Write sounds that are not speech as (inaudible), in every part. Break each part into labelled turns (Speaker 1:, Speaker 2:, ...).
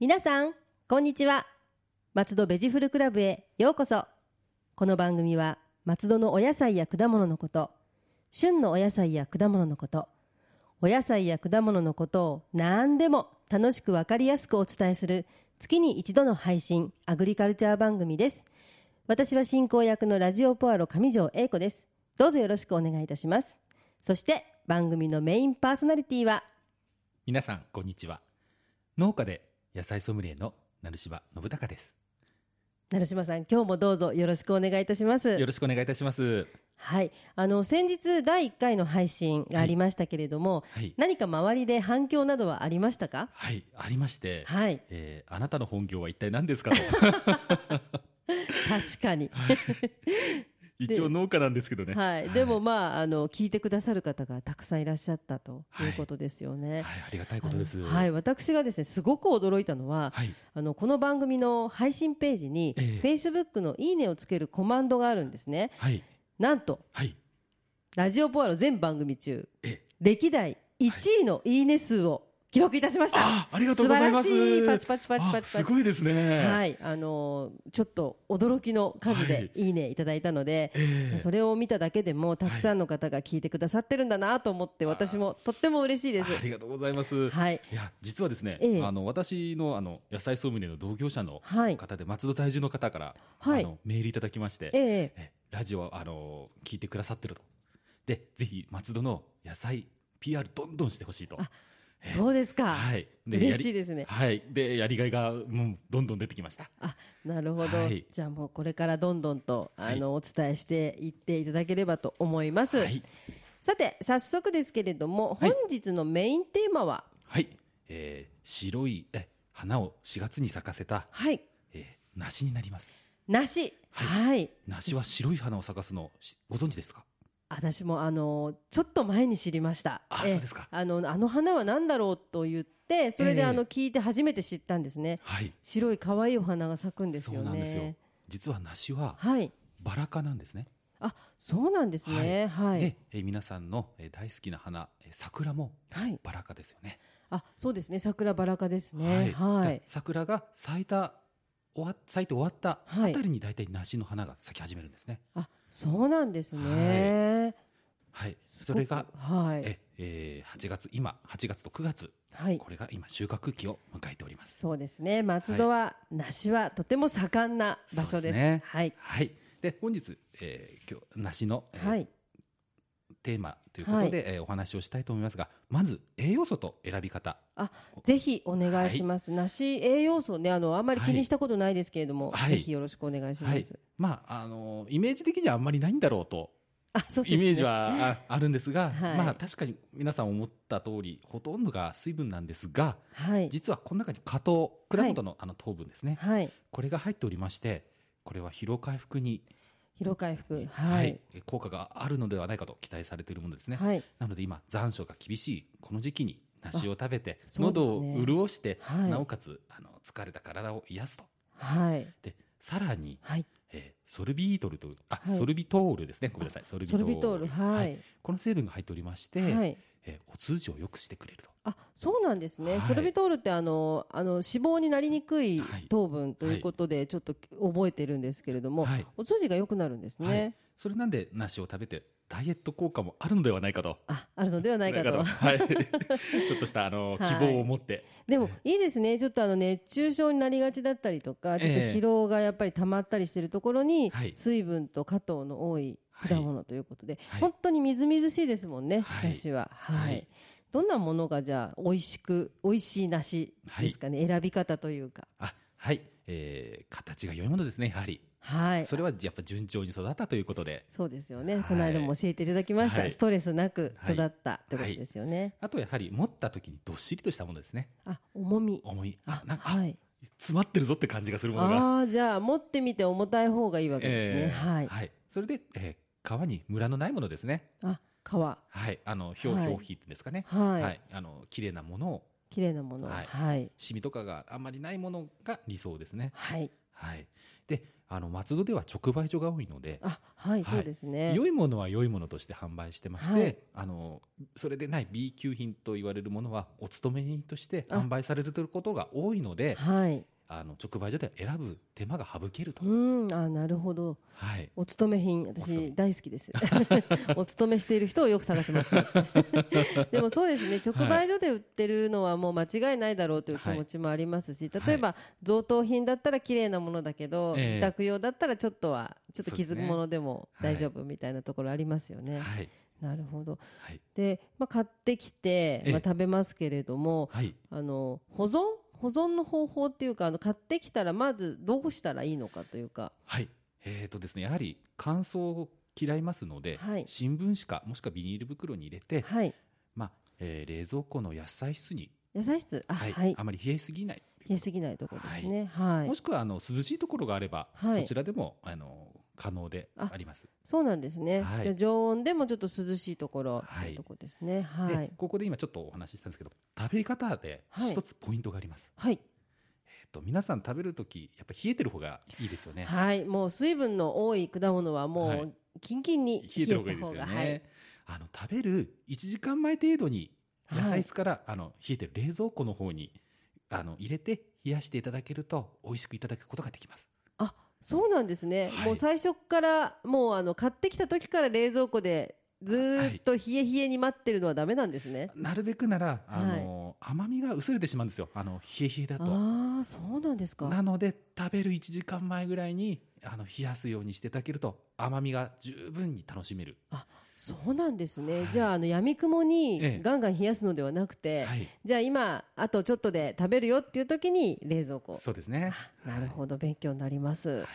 Speaker 1: 皆さんこんにちは松戸ベジフルクラブへようこそこの番組は松戸のお野菜や果物のこと旬のお野菜や果物のことお野菜や果物のことを何でも楽しく分かりやすくお伝えする月に一度の配信アグリカルチャー番組です私は進行役のラジオポアロ上条英子ですどうぞよろしくお願いいたしますそして番組のメインパーソナリティは
Speaker 2: 皆さんこんにちは農家で野菜ソムリエの成柴信孝です
Speaker 1: 成島さん今日もどうぞよろしくお願いいたします
Speaker 2: よろしくお願いいたします
Speaker 1: はいあの先日第1回の配信がありましたけれども、
Speaker 2: はい
Speaker 1: 何か周りで反響などはありましたか
Speaker 2: はいありまして、
Speaker 1: はい
Speaker 2: えーあなたの本業は一体何ですかと
Speaker 1: 確か
Speaker 2: (laughs)
Speaker 1: に
Speaker 2: 一応農家なんですけどね
Speaker 1: はいでもまああの聞いてくださる方がたくさんいらっしゃったということですよね、
Speaker 2: はいありがたいことです
Speaker 1: あのはい私がですねすごく驚いたのは、
Speaker 2: はい
Speaker 1: あのこの番組の配信ページに、
Speaker 2: ええ
Speaker 1: Facebook の「いいね」をつけるコマンドがあるんですね
Speaker 2: はい
Speaker 1: なんと
Speaker 2: はい
Speaker 1: ラジオポアロ全番組中
Speaker 2: え
Speaker 1: 歴代1位のいいね数を記録いたしました、
Speaker 2: あありがとうございます
Speaker 1: 素晴らしいパチパチパチパチパ
Speaker 2: あ
Speaker 1: チ
Speaker 2: すごいですね
Speaker 1: はい、あのーちょっと驚きの数
Speaker 2: は
Speaker 1: で
Speaker 2: い
Speaker 1: いいねいただいたので、
Speaker 2: ええ
Speaker 1: それを見ただけでもたくさんの方が聞いてくださってるんだなと思って私もとっても嬉しいです
Speaker 2: あ。りがとうございます
Speaker 1: はい、
Speaker 2: いや実はですね、
Speaker 1: ええ
Speaker 2: あの私のあの野菜ソムリエの同業者の
Speaker 1: はい、
Speaker 2: 方で松戸在住の方から、
Speaker 1: はい
Speaker 2: あのメールいただきまして、
Speaker 1: ええ
Speaker 2: えラジオあの聞いてくださってるとでぜひ松戸の野菜 PR どんどんしてほしいと
Speaker 1: あそうですか、
Speaker 2: はいで
Speaker 1: 嬉しい
Speaker 2: やり
Speaker 1: ですね。
Speaker 2: はいでやりがいがうんどんどん出てきました
Speaker 1: あ、なるほど、
Speaker 2: はい
Speaker 1: じゃあもうこれからどんどんとあの、お伝えしていっていただければと思います。
Speaker 2: はい
Speaker 1: さて早速ですけれども
Speaker 2: は
Speaker 1: 本
Speaker 2: い
Speaker 1: 日のメインテーマは
Speaker 2: はい、えー白いえ花を4月に咲かせた、
Speaker 1: はい
Speaker 2: えー梨になります
Speaker 1: 梨
Speaker 2: は
Speaker 1: はい
Speaker 2: 梨は白い花を咲かすのしご存知ですか
Speaker 1: 私もあのちょっと前に知りました。
Speaker 2: あ
Speaker 1: ええ
Speaker 2: そうですか
Speaker 1: あのあの花は何だろうと言ってそれで
Speaker 2: ええ
Speaker 1: あの聞いて初めて知ったんですね。
Speaker 2: はい
Speaker 1: 白い可愛いお花が咲くんです
Speaker 2: そう
Speaker 1: よ
Speaker 2: なんですよ
Speaker 1: ね。
Speaker 2: 実は梨は
Speaker 1: はい。
Speaker 2: バラ科なんですね、
Speaker 1: あ、そうなんですね。はい。はい
Speaker 2: で、えー皆さんの、えー大好きな花、えー桜もバラ科ですよね
Speaker 1: あ、そうですね。桜バラ科ですね。はい。
Speaker 2: だ桜が咲いた終わ咲いて終わった
Speaker 1: はい
Speaker 2: あたりに大体梨の花が咲き始めるんですね。
Speaker 1: あ、そうなんですね。
Speaker 2: はい、
Speaker 1: す
Speaker 2: そ
Speaker 1: ごく
Speaker 2: れが、
Speaker 1: はい。
Speaker 2: ええー、8月今8月と9月
Speaker 1: はい。
Speaker 2: これが今収穫期を迎えております。
Speaker 1: そうですね。松戸は、梨はとても盛んな場所
Speaker 2: そう
Speaker 1: で。
Speaker 2: ですすね
Speaker 1: はい。
Speaker 2: はい、で本日、えー、今日梨の、えー
Speaker 1: はい。
Speaker 2: テーマということで、えーお話をしたいと思いますがまず栄養素と選び方
Speaker 1: あ、ぜひお願いします。梨栄養素ね、あの、あんまり気にしたことないですけれども、
Speaker 2: はい
Speaker 1: ぜひよろしくお願いします。
Speaker 2: まああのーイメージ的にはあんまりないんだろうと
Speaker 1: (laughs) あ、そうです
Speaker 2: イ
Speaker 1: ね。
Speaker 2: メージはああるんですが、
Speaker 1: (laughs) はい
Speaker 2: まあ確かに皆さん思った通りほとんどが水分なんですが
Speaker 1: はい。
Speaker 2: 実はこの中に果糖果物のあの糖分ですね、
Speaker 1: はい。
Speaker 2: これが入っておりましてこれは疲労回復に、
Speaker 1: 疲労回復。はい。
Speaker 2: え効果があるのではないかと期待されているものですね、
Speaker 1: はい。
Speaker 2: なので今残暑が厳しいこの時期に梨を食べて、
Speaker 1: そうです
Speaker 2: 喉
Speaker 1: ね
Speaker 2: を潤して、
Speaker 1: はい
Speaker 2: なおかつあの疲れた体を癒すと
Speaker 1: はい。
Speaker 2: でさらに、
Speaker 1: はい。
Speaker 2: えーソルビートルというあ、
Speaker 1: はい
Speaker 2: ソルビトールですねごめんなさいソルビト
Speaker 1: ソ
Speaker 2: ー
Speaker 1: ル
Speaker 2: ル
Speaker 1: ビトール。はい。
Speaker 2: この成分が入っておりまして、
Speaker 1: はい。
Speaker 2: えーお通じを良くしてくれると
Speaker 1: あ、そうなんですね。
Speaker 2: はい
Speaker 1: ソルビトールってあのあの脂肪になりにくい
Speaker 2: はい
Speaker 1: 糖分ということでちょっと覚えてるんですけれども、
Speaker 2: はい
Speaker 1: お通じが良くなるんですね。
Speaker 2: それなんで梨を食べてダイエット効果もあるのではないかと
Speaker 1: あ、あるのではないかと。
Speaker 2: はい、 (laughs) ちょっとしたあの
Speaker 1: はい
Speaker 2: 希望を持って、
Speaker 1: でもいいですね。ちょっとあの熱中症になりがちだったりとか、ちょっと
Speaker 2: ええ
Speaker 1: 疲労がやっぱり溜まったりしてるところに
Speaker 2: はい
Speaker 1: 水分と果糖の多い果物ということで、
Speaker 2: はい
Speaker 1: 本当にみずみずしいですもんね。
Speaker 2: はい
Speaker 1: 梨は。は
Speaker 2: はいい。
Speaker 1: どんなものがじゃあ美味しく美味しい梨ですかね。選び方というか。
Speaker 2: あはい、えー形が良いものですねやはり、
Speaker 1: はい。
Speaker 2: それはやっぱ順調に育ったということで
Speaker 1: そうですよね、
Speaker 2: はい
Speaker 1: この間も教えていただきました、
Speaker 2: はい
Speaker 1: ストレスなく育ったってことですよね、
Speaker 2: あとやはり持った時にどっしりとしたものですね
Speaker 1: あ重み
Speaker 2: 重いあ
Speaker 1: あ
Speaker 2: なんか、
Speaker 1: はい
Speaker 2: 詰まってるぞって感じがするものが
Speaker 1: あーじゃあ持ってみて重たい方がいいわけですね、
Speaker 2: えー
Speaker 1: はい
Speaker 2: はい、それで、えー皮にムラのないものですね
Speaker 1: あ皮は
Speaker 2: はいあの表
Speaker 1: はい
Speaker 2: 表皮ですかねはい、
Speaker 1: い
Speaker 2: あの綺麗なものを
Speaker 1: 綺麗、なものは
Speaker 2: はいい
Speaker 1: はい、
Speaker 2: シミとかがあんまりないものが理想ですね
Speaker 1: はい
Speaker 2: はいであの松戸では直売所が多いので、
Speaker 1: あはい、そうですね
Speaker 2: 良いものは良いものとして販売してまして、
Speaker 1: はい
Speaker 2: あのそれでない B 級品と言われるものはお勤め品として販売されてることが多いので
Speaker 1: はい
Speaker 2: あの直売所では選ぶ手間が省けると、
Speaker 1: うんあなるほど
Speaker 2: はい、
Speaker 1: お勤め品
Speaker 2: お勤め
Speaker 1: 私大好きです (laughs) お勤めしている人をよく探します
Speaker 2: (laughs)
Speaker 1: でもそうですね直売所で売ってるのはもう間違いないだろうという気持ちもありますし、
Speaker 2: はい
Speaker 1: 例えば贈答品だったら綺麗なものだけど、
Speaker 2: ええ
Speaker 1: 自宅用だったらちょっとはちょっと気づ
Speaker 2: そう
Speaker 1: く
Speaker 2: ですね
Speaker 1: ものでも大丈夫みたいなところありますよね、
Speaker 2: はい
Speaker 1: なるほど
Speaker 2: はい
Speaker 1: で、まあ、買ってきて、
Speaker 2: ええ
Speaker 1: まあ、食べますけれども、
Speaker 2: はい
Speaker 1: あの保存保存の方法っていうかあの買ってきたらまずどうしたらいいのかというか
Speaker 2: はいえーとですねやはり乾燥を嫌いますので、
Speaker 1: はい
Speaker 2: 新聞紙かもしくはビニール袋に入れて、
Speaker 1: はい
Speaker 2: まあえー冷蔵庫の野菜室に、
Speaker 1: 野菜室あ
Speaker 2: はい
Speaker 1: はい
Speaker 2: あまり冷えすぎない
Speaker 1: 冷えすぎないところですね。はい、
Speaker 2: もしくはあの涼しいところがあれば、
Speaker 1: はい
Speaker 2: そちらでもあの可能であります。
Speaker 1: そうなんですね。
Speaker 2: はい
Speaker 1: じゃあ常温でもちょっと涼しいところ
Speaker 2: はい
Speaker 1: というところですね。は
Speaker 2: で、
Speaker 1: い。
Speaker 2: ここで今ちょっとお話ししたんですけど食べ方で
Speaker 1: はい
Speaker 2: 一つポイントがあります、
Speaker 1: はい、
Speaker 2: えっと皆さん食べる時やっぱ冷えてる方がいいですよね、
Speaker 1: はい、もう水分の多い果物はも
Speaker 2: は
Speaker 1: うキンキンに
Speaker 2: 冷えてる方がいいですよね、あの食べる1時間前程度に
Speaker 1: はい
Speaker 2: 野菜室から、あの冷えてる冷蔵庫の方にあの入れて冷やしていただけると美味しくいただくことができます
Speaker 1: そうなんですね。
Speaker 2: はい
Speaker 1: もう最初からもうあの買ってきた時から冷蔵庫でずーっと冷え冷えに待ってるのはダメなんですね。
Speaker 2: なるべくならあの、甘みが薄れてしまうんですよあの冷え冷えだと
Speaker 1: ああ、そうなんですか。
Speaker 2: なので食べる1時間前ぐらいにあの冷やすようにしていただけると甘みが十分に楽しめる、
Speaker 1: そうなんですね。
Speaker 2: はい
Speaker 1: じゃああの闇雲
Speaker 2: ええ
Speaker 1: にガンガン冷やすのではなくて、
Speaker 2: はい、
Speaker 1: じゃあ今あとちょっとで食べるよっていう時に冷蔵庫
Speaker 2: そうですね
Speaker 1: あなるほど勉強になります、
Speaker 2: はい、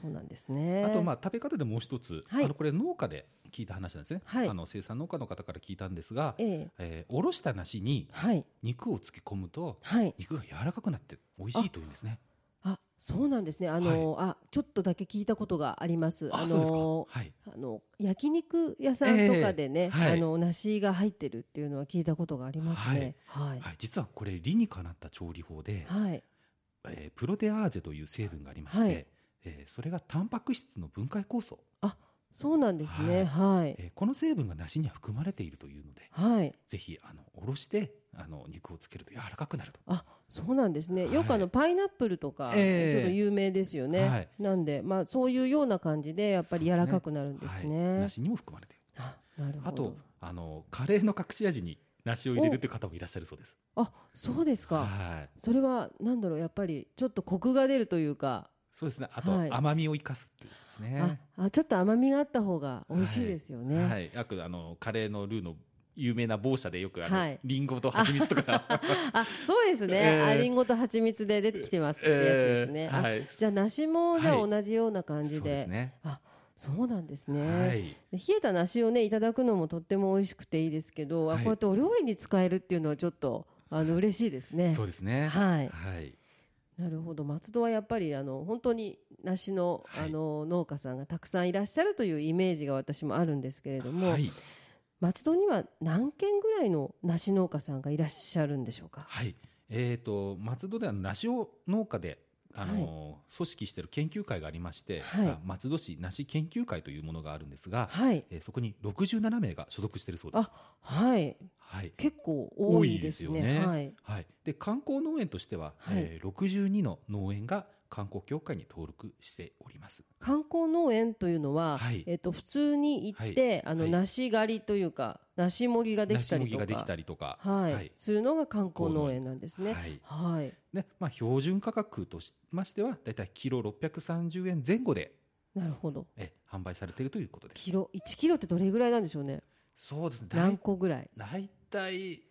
Speaker 1: そうなんですね
Speaker 2: あとまあ食べ方でもう一つ、
Speaker 1: はい
Speaker 2: あのこれ農家で聞いた話なんですね、
Speaker 1: はい
Speaker 2: あの生産農家の方から聞いたんですが、え
Speaker 1: ええ
Speaker 2: ーおろした梨に
Speaker 1: はい
Speaker 2: 肉を漬け込むと
Speaker 1: はい
Speaker 2: 肉が柔らかくなって美味しいというんですね
Speaker 1: あそうなんですねあの、あちょっとだけ聞いたことがあります
Speaker 2: あ
Speaker 1: あ
Speaker 2: そうです
Speaker 1: の
Speaker 2: かはい
Speaker 1: あの焼肉屋さんとかで
Speaker 2: ええ
Speaker 1: ね、
Speaker 2: はい
Speaker 1: あの梨が入ってるっていうのは聞いたことがありますねはい
Speaker 2: はい、実はこれ理にかなった調理法で、
Speaker 1: はい
Speaker 2: えープロテアーゼという成分がありまして、
Speaker 1: はい
Speaker 2: えーそれがタンパク質の分解酵素
Speaker 1: そうなんですねはい
Speaker 2: えーこの成分が梨には含まれているというので
Speaker 1: はい
Speaker 2: ぜひあのおろしてあの肉をつけると柔らかくなると。
Speaker 1: あそうなんですね、
Speaker 2: はい
Speaker 1: よくあのパイナップルとか、
Speaker 2: ええ
Speaker 1: ちょっと有名ですよね、
Speaker 2: はい
Speaker 1: なんで、まあ、そういうような感じでやっぱり柔らかくなるんです
Speaker 2: はい、
Speaker 1: ね。
Speaker 2: 梨にも含まれている
Speaker 1: あなるほ
Speaker 2: あと
Speaker 1: ど
Speaker 2: あのカレーの隠し味に梨を入れるという方もいらっしゃるそうです。
Speaker 1: あそうですか、
Speaker 2: はい
Speaker 1: それはなんだろうやっぱりちょっとコクが出るというか、
Speaker 2: そうですねあと、
Speaker 1: はい
Speaker 2: 甘みを生かすっていうことですね。
Speaker 1: ああちょっと甘みがあった方が美味しいですよね。
Speaker 2: はい、よくあのカレーのルーの有名な某社でよくあの、
Speaker 1: はい
Speaker 2: リンゴと蜂蜜とか
Speaker 1: あそうですね、
Speaker 2: ええ
Speaker 1: ありんごと蜂蜜で出てきてますってやつですね。
Speaker 2: (laughs) え
Speaker 1: あ
Speaker 2: ーはい、
Speaker 1: じゃあ梨もじゃあ
Speaker 2: はい
Speaker 1: 同じような感じ
Speaker 2: そう
Speaker 1: で、
Speaker 2: ですね。
Speaker 1: そうなんですね、
Speaker 2: はい、
Speaker 1: で冷えた梨をねいただくのもとっても美味しくていいですけど、あ
Speaker 2: はい
Speaker 1: こうやってお料理に使えるっていうのはちょっとあの嬉しいですね
Speaker 2: そうですね。
Speaker 1: はい
Speaker 2: はい
Speaker 1: なるほど松戸はやっぱりあの本当に梨の,、
Speaker 2: はい
Speaker 1: あの農家さんがたくさんいらっしゃるというイメージが私もあるんですけれども、
Speaker 2: はい
Speaker 1: 松戸には何軒ぐらいの梨農家さんがいらっしゃるんでしょうか
Speaker 2: はい、えー、と松戸では梨を農家で、あのー組織している研究会がありまして、
Speaker 1: はい
Speaker 2: あ松戸市梨研究会というものがあるんですが、
Speaker 1: はい
Speaker 2: えーそこに67名が所属しているそうです。
Speaker 1: はい
Speaker 2: はい
Speaker 1: 結構多いです
Speaker 2: 多いです
Speaker 1: ね
Speaker 2: よね
Speaker 1: はい、
Speaker 2: はい、で観光農園としては、
Speaker 1: はい
Speaker 2: えー62の農園が観光協会に登録しております。
Speaker 1: 観光農園というのは、
Speaker 2: はい
Speaker 1: えっと普通に行って、あの
Speaker 2: はい
Speaker 1: 梨狩りというか梨もぎができ
Speaker 2: 梨
Speaker 1: たり
Speaker 2: 麦
Speaker 1: と
Speaker 2: ができ
Speaker 1: か
Speaker 2: たりとか、
Speaker 1: はい、
Speaker 2: はい
Speaker 1: するのが観光農園なんですね。
Speaker 2: はい
Speaker 1: はい、
Speaker 2: でまあ、標準価格としましてはだいたいキロ630円前後で、
Speaker 1: なるほど。
Speaker 2: えー販売されているということです。
Speaker 1: キロ一キロってどれぐらいなんでしょうね。
Speaker 2: そうですね大
Speaker 1: 何個ぐらい。
Speaker 2: 大体、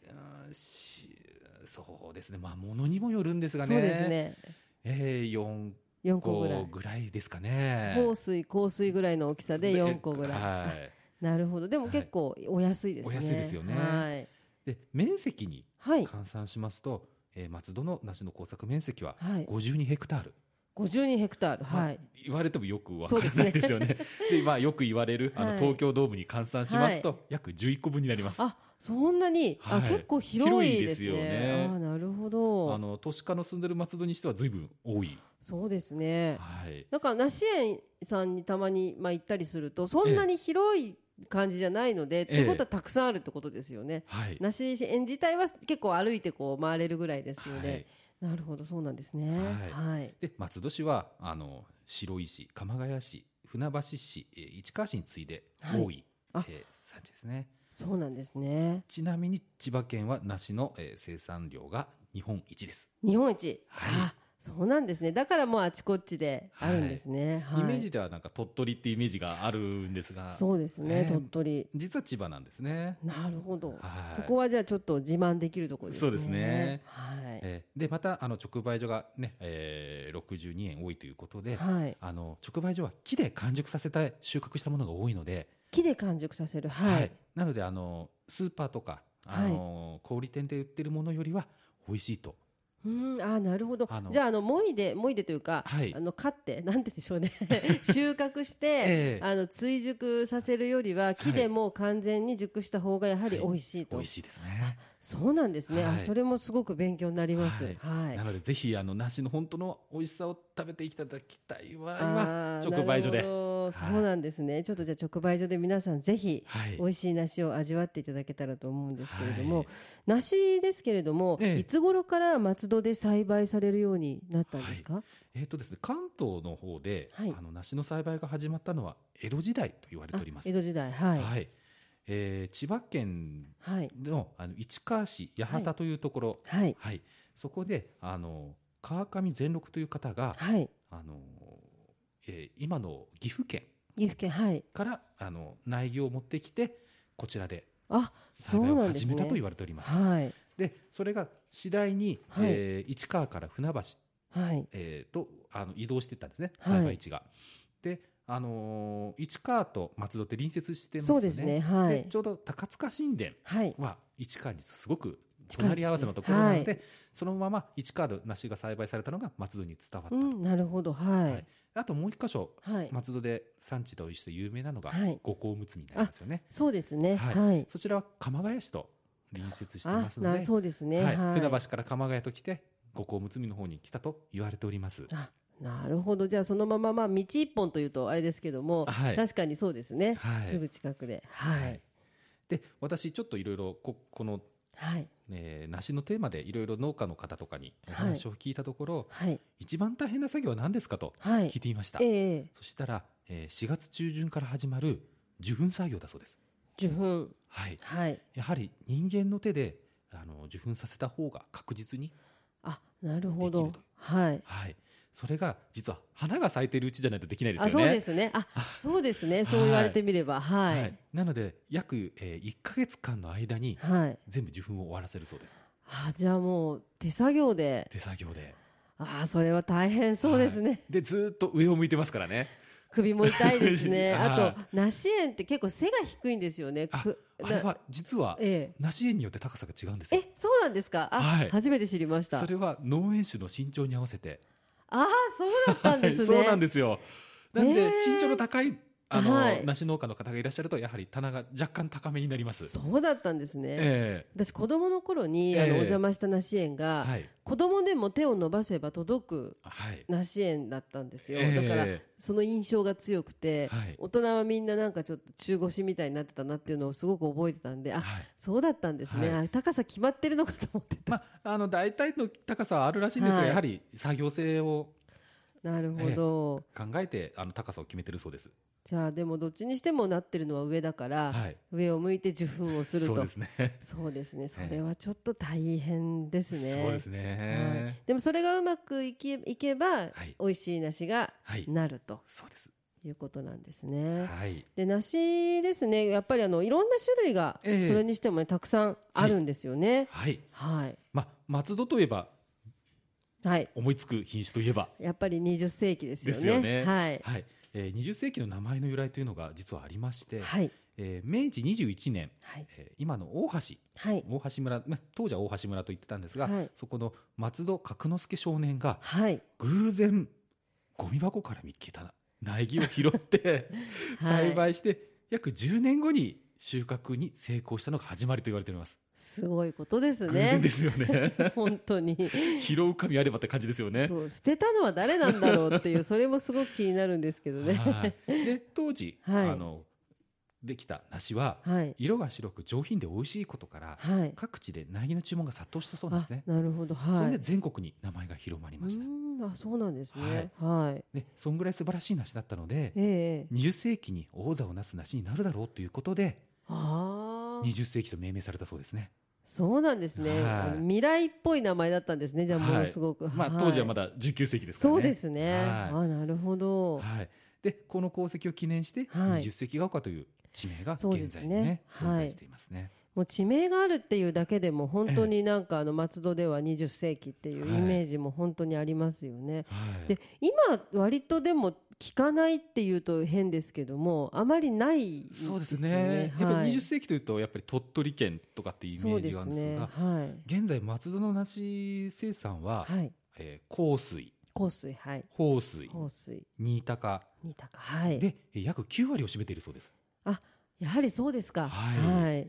Speaker 2: うんしそうですね、まあ、ものにもよるんですがね、
Speaker 1: そうですね。
Speaker 2: えー、4
Speaker 1: 四個ぐら
Speaker 2: 個
Speaker 1: い。
Speaker 2: ぐらいですかね。
Speaker 1: 香水香水ぐらいの大きさで
Speaker 2: で
Speaker 1: 四個ぐらい。
Speaker 2: は
Speaker 1: あなるほど。でも
Speaker 2: はい
Speaker 1: 結構お安いですね。
Speaker 2: お安いですよね
Speaker 1: はい。
Speaker 2: い、で面積に
Speaker 1: はい。
Speaker 2: 換算しますと、えー松戸の梨の耕作面積は
Speaker 1: はい。
Speaker 2: 52ヘクタール、
Speaker 1: 五十二ヘクタール。
Speaker 2: まあ
Speaker 1: はい。
Speaker 2: 言われてもよくわ
Speaker 1: そう
Speaker 2: から
Speaker 1: です
Speaker 2: な
Speaker 1: ね
Speaker 2: い
Speaker 1: (laughs)
Speaker 2: ですよね。でまあ、よく言われるあの
Speaker 1: はい
Speaker 2: 東京ドームに換算しますと、約11個分になります。
Speaker 1: あ、そんなに、
Speaker 2: は
Speaker 1: あ
Speaker 2: い
Speaker 1: 結構広いですね。
Speaker 2: 広いですよね
Speaker 1: あーなるほど。
Speaker 2: あの都市化の住んでる松戸にしては随分多い、
Speaker 1: そうですね。
Speaker 2: はい、
Speaker 1: なんか梨園さんにたまにまあ行ったりするとそんなに広い感じじゃないので、ってことはたくさんあるってことですよね。
Speaker 2: はい、
Speaker 1: 梨園自体は結構歩いてこう回れるぐらいですの
Speaker 2: は
Speaker 1: で、
Speaker 2: い、
Speaker 1: なるほどそうなんですね。
Speaker 2: は
Speaker 1: はい。
Speaker 2: で松戸市はあの白井市鎌ヶ谷市船橋市えー市川市に次いで
Speaker 1: はい
Speaker 2: 多い、
Speaker 1: あ
Speaker 2: えー産地ですね
Speaker 1: そうなんですね。
Speaker 2: ちなみに千葉県は梨の、えー生産量が日本一です、
Speaker 1: 日本一。
Speaker 2: はい
Speaker 1: あ、そうなんですね。だからもうあちこちであるんですね。はい。
Speaker 2: イメージではなんか鳥取っていうイメージがあるんですが
Speaker 1: そうですね。
Speaker 2: ね
Speaker 1: 鳥取。
Speaker 2: 実は千葉なんですね、
Speaker 1: なるほど。
Speaker 2: はい
Speaker 1: そこはじゃあちょっと自慢できるところですね。
Speaker 2: そうですね
Speaker 1: はい。
Speaker 2: えーでまたあの直売所がね、えー62円多いということで、
Speaker 1: はい。
Speaker 2: あの直売所は木で完熟させた収穫したものが多いので、
Speaker 1: 木で完熟させる。は
Speaker 2: はいい。なのであのスーパーとか、
Speaker 1: はい
Speaker 2: あの小売店で売ってるものよりは美味しいと、
Speaker 1: うん、あー、なるほど
Speaker 2: あ。の
Speaker 1: じゃあ、あの、もいで、もいでというか、
Speaker 2: はい
Speaker 1: あの、買って、なんて言うんでしょう
Speaker 2: (laughs)
Speaker 1: ね。収穫して、
Speaker 2: ええ
Speaker 1: あの、追熟させるよりは、木でもう完全に熟した方がやはり美味しいと。
Speaker 2: 美味しいですね、
Speaker 1: そうなんですね。
Speaker 2: は
Speaker 1: あ、
Speaker 2: い
Speaker 1: それもすごく勉強になります。
Speaker 2: はい
Speaker 1: はい
Speaker 2: な。のでぜひあの梨の本当の美味しさを食べていただきたい場合は
Speaker 1: あー
Speaker 2: 直売所で
Speaker 1: なるほど
Speaker 2: はい
Speaker 1: そうなんですね。ちょっとじゃあ直売所で皆さんぜひ
Speaker 2: はい
Speaker 1: 美味しい梨を味わっていただけたらと思うんですけれども、
Speaker 2: はい
Speaker 1: 梨ですけれども、
Speaker 2: ええ
Speaker 1: いつ頃から松戸で栽培されるようになったんですか。
Speaker 2: えーとですね関東の方で、
Speaker 1: はい
Speaker 2: あの梨の栽培が始まったのは江戸時代と言われておりま
Speaker 1: あ江
Speaker 2: す。
Speaker 1: 戸時代、はい、は、
Speaker 2: はいい、えー千葉県
Speaker 1: はい、
Speaker 2: のあの市川市八幡というところ、
Speaker 1: はい、
Speaker 2: はい、そこであの川上善六という方が、あのえー今の岐阜県
Speaker 1: 岐阜県、はい、
Speaker 2: からあの苗木を持ってきてこちらで
Speaker 1: あ、
Speaker 2: 栽培
Speaker 1: そう
Speaker 2: を
Speaker 1: なんです
Speaker 2: 始
Speaker 1: ね
Speaker 2: めたと言われております。
Speaker 1: はい、
Speaker 2: でそれが次第に、
Speaker 1: はい
Speaker 2: えー市川から船橋、
Speaker 1: はい、
Speaker 2: えーとあの移動していったんですね
Speaker 1: はい
Speaker 2: 栽培地が。で、あのー市川と松戸って隣接してます
Speaker 1: そ
Speaker 2: よ
Speaker 1: う
Speaker 2: ね。
Speaker 1: ですね、は
Speaker 2: で
Speaker 1: い
Speaker 2: ち、ょうど高塚神殿
Speaker 1: はい、
Speaker 2: は市川にすごく
Speaker 1: 近いですね
Speaker 2: 隣り合わせのところなので
Speaker 1: は
Speaker 2: そのまま市川で梨が栽培されたのが松戸に伝わったと、
Speaker 1: うん、なるほど、は
Speaker 2: はいあともう一箇所
Speaker 1: い、はい、
Speaker 2: 松戸で産地として有名なのが
Speaker 1: はい
Speaker 2: 五香むつみになりますよね、
Speaker 1: そうですね、
Speaker 2: は
Speaker 1: はいい、
Speaker 2: そちらは鎌ヶ谷市と隣接して
Speaker 1: あ
Speaker 2: ます、の
Speaker 1: な、
Speaker 2: で、
Speaker 1: そうですね、
Speaker 2: は
Speaker 1: はいい、
Speaker 2: 船橋から鎌ヶ谷と来て五香むつみの方に来たと言われております
Speaker 1: あなるほどじゃあそのまままあ道一本というとあれですけども、
Speaker 2: はい
Speaker 1: 確かにそうですね、
Speaker 2: はい
Speaker 1: すぐ近くではい
Speaker 2: で私ちょっといろいろここの、
Speaker 1: はい
Speaker 2: えー梨のテーマでいろいろ農家の方とかにお話を聞いたところ、
Speaker 1: はい
Speaker 2: 一番大変な作業は何ですかと
Speaker 1: はい
Speaker 2: 聞いてみました、
Speaker 1: ええ
Speaker 2: そしたら、えー4月中旬から始まる受粉作業だそうです。
Speaker 1: 受粉
Speaker 2: はい。
Speaker 1: はい
Speaker 2: やはり人間の手で、あの、受粉させた方が確実に。
Speaker 1: あなるほ
Speaker 2: で
Speaker 1: ど
Speaker 2: きる
Speaker 1: はい
Speaker 2: はい。それが、実は花が咲いてるうちじゃないとできないですよ
Speaker 1: あ
Speaker 2: ね。
Speaker 1: そうですねあそうですねそう言われてみれば
Speaker 2: はい。
Speaker 1: はい
Speaker 2: なので、約、え1ヶ月間の間に、
Speaker 1: はい
Speaker 2: 全部受粉を終わらせるそうです。
Speaker 1: あじゃあもう手作業で
Speaker 2: 手作業で。
Speaker 1: あそれは大変そうですね、
Speaker 2: で、ずーっと上を向いてますからね。
Speaker 1: 首も痛いですね
Speaker 2: (laughs) はい
Speaker 1: あと梨園って結構背が低いんですよね
Speaker 2: あ
Speaker 1: く、
Speaker 2: あれ
Speaker 1: な
Speaker 2: は、実は、
Speaker 1: え
Speaker 2: 梨園によって高さが違うんです
Speaker 1: え
Speaker 2: よ。
Speaker 1: えそうなんですかあ、
Speaker 2: はい
Speaker 1: 初めて知りました
Speaker 2: それは農園主の身長に合わせて、
Speaker 1: ああ、そうだったんですね。
Speaker 2: (laughs) はいそうなんですよ。なんで、
Speaker 1: えー
Speaker 2: 身長の高い、あの、
Speaker 1: はい
Speaker 2: 梨農家の方がいらっしゃると、やはり棚が若干高めになります。
Speaker 1: そうだったんですね。
Speaker 2: え
Speaker 1: 私子供の頃に、あ
Speaker 2: ええ
Speaker 1: のお邪魔した梨園
Speaker 2: え
Speaker 1: が、
Speaker 2: はい。
Speaker 1: 子供でも手を伸ばせば届く
Speaker 2: はい。
Speaker 1: 梨園だったんですよ、
Speaker 2: ええ
Speaker 1: だからその印象が強くて、
Speaker 2: はい
Speaker 1: 大人はみんななんかちょっと中腰みたいになってたなっていうのをすごく覚えてたんであ、
Speaker 2: はい
Speaker 1: そうだったんですね、
Speaker 2: は
Speaker 1: あ高さ決まってるのかと思ってた、
Speaker 2: まあ、あの、大体の高さはあるらしいんですが、
Speaker 1: はい
Speaker 2: やはり作業性を
Speaker 1: なるほど、
Speaker 2: 考えて、あの、高さを決めてるそうです。
Speaker 1: じゃあでもどっちにしてもなってるのは上だから、
Speaker 2: はい。
Speaker 1: 上を向いて受粉をする
Speaker 2: そう
Speaker 1: と
Speaker 2: ですね。
Speaker 1: そうですねそれはちょっと大変ですね、
Speaker 2: そうです
Speaker 1: は
Speaker 2: ね
Speaker 1: い。でもそれがうまくいけいけば、
Speaker 2: い
Speaker 1: 美味しい梨が
Speaker 2: はい。
Speaker 1: なると
Speaker 2: そうです。
Speaker 1: いうことなんですね。
Speaker 2: はい。
Speaker 1: で梨ですねやっぱりあのいろんな種類がそ
Speaker 2: ええ
Speaker 1: れにしてもねたくさんあるんですよね。
Speaker 2: はい。
Speaker 1: はい、
Speaker 2: ま、松戸といえば、
Speaker 1: はい、
Speaker 2: 思いつく品種といえば、
Speaker 1: やっぱり20世紀ですよね。
Speaker 2: ですよね
Speaker 1: はい、
Speaker 2: はい。えー、20世紀の名前の由来というのが実はありまして、
Speaker 1: はい、
Speaker 2: えー明治21年、
Speaker 1: はい、
Speaker 2: えー今の大橋
Speaker 1: はい、
Speaker 2: 大橋村、まあ当時は大橋村と言ってたんですが、
Speaker 1: はい
Speaker 2: そこの松戸角之助少年が
Speaker 1: はい、
Speaker 2: 偶然ゴミ箱から見つけた苗木を拾って
Speaker 1: (laughs) はい
Speaker 2: 栽培して、約10年後に収穫に成功したのが始まりと言われております。
Speaker 1: すごいことです
Speaker 2: 偶
Speaker 1: ね
Speaker 2: 然ですよね。
Speaker 1: 本当に、
Speaker 2: (laughs) 拾う神あればって感じですよね。
Speaker 1: そう捨てたのは誰なんだろう
Speaker 2: (laughs)
Speaker 1: っていうそれもすごく気になるんですけどね
Speaker 2: はいで当時、
Speaker 1: はい
Speaker 2: あのできた梨は
Speaker 1: はい
Speaker 2: 色が白く上品で美味しいことから
Speaker 1: はい
Speaker 2: 各地で苗木の注文が殺到したそうなん
Speaker 1: あ
Speaker 2: ですね。
Speaker 1: なるほど
Speaker 2: そ
Speaker 1: は
Speaker 2: れ
Speaker 1: い
Speaker 2: で全国に名前が広まりました
Speaker 1: う。ーんあそうなんですねはい、
Speaker 2: でそんぐらい素晴らしい梨だったので
Speaker 1: ええ
Speaker 2: 20世紀に王座をなす梨になるだろうということで
Speaker 1: ああ
Speaker 2: 20世紀と命名されたそうですね。
Speaker 1: そうなんですね、
Speaker 2: はい
Speaker 1: あの未来っぽい名前だったんですねじゃあ
Speaker 2: はい
Speaker 1: ものすごく、
Speaker 2: まあ当時はま
Speaker 1: だ
Speaker 2: だ19世紀ですから
Speaker 1: そ
Speaker 2: ね。
Speaker 1: うですね、
Speaker 2: は
Speaker 1: あなるほ
Speaker 2: い。
Speaker 1: ど、
Speaker 2: はいでこの功績を記念して
Speaker 1: はい
Speaker 2: 20世紀が丘という地名が現
Speaker 1: そうです
Speaker 2: 在に
Speaker 1: ね
Speaker 2: ね
Speaker 1: はい
Speaker 2: 存在していますね。
Speaker 1: もう地名があるっていうだけでも本当になんかあの松戸では20世紀っていうイメージも本当にありますよね、
Speaker 2: はい。
Speaker 1: で今割とでも聞かないっていうと変ですけどもあまりないですよ
Speaker 2: そう
Speaker 1: ね
Speaker 2: ですね。やっぱ
Speaker 1: は
Speaker 2: り
Speaker 1: い
Speaker 2: 20世紀というとやっぱり鳥取県とかっていうイメージがあるんですが、
Speaker 1: そうですね
Speaker 2: 現在松戸の梨生産は
Speaker 1: はい、はい、
Speaker 2: えー幸水、
Speaker 1: 香水はい
Speaker 2: 豊水、
Speaker 1: 香水
Speaker 2: 新高
Speaker 1: 新高はい
Speaker 2: でえー約9割を占めているそうです。
Speaker 1: やはりそうですか。
Speaker 2: はい
Speaker 1: い。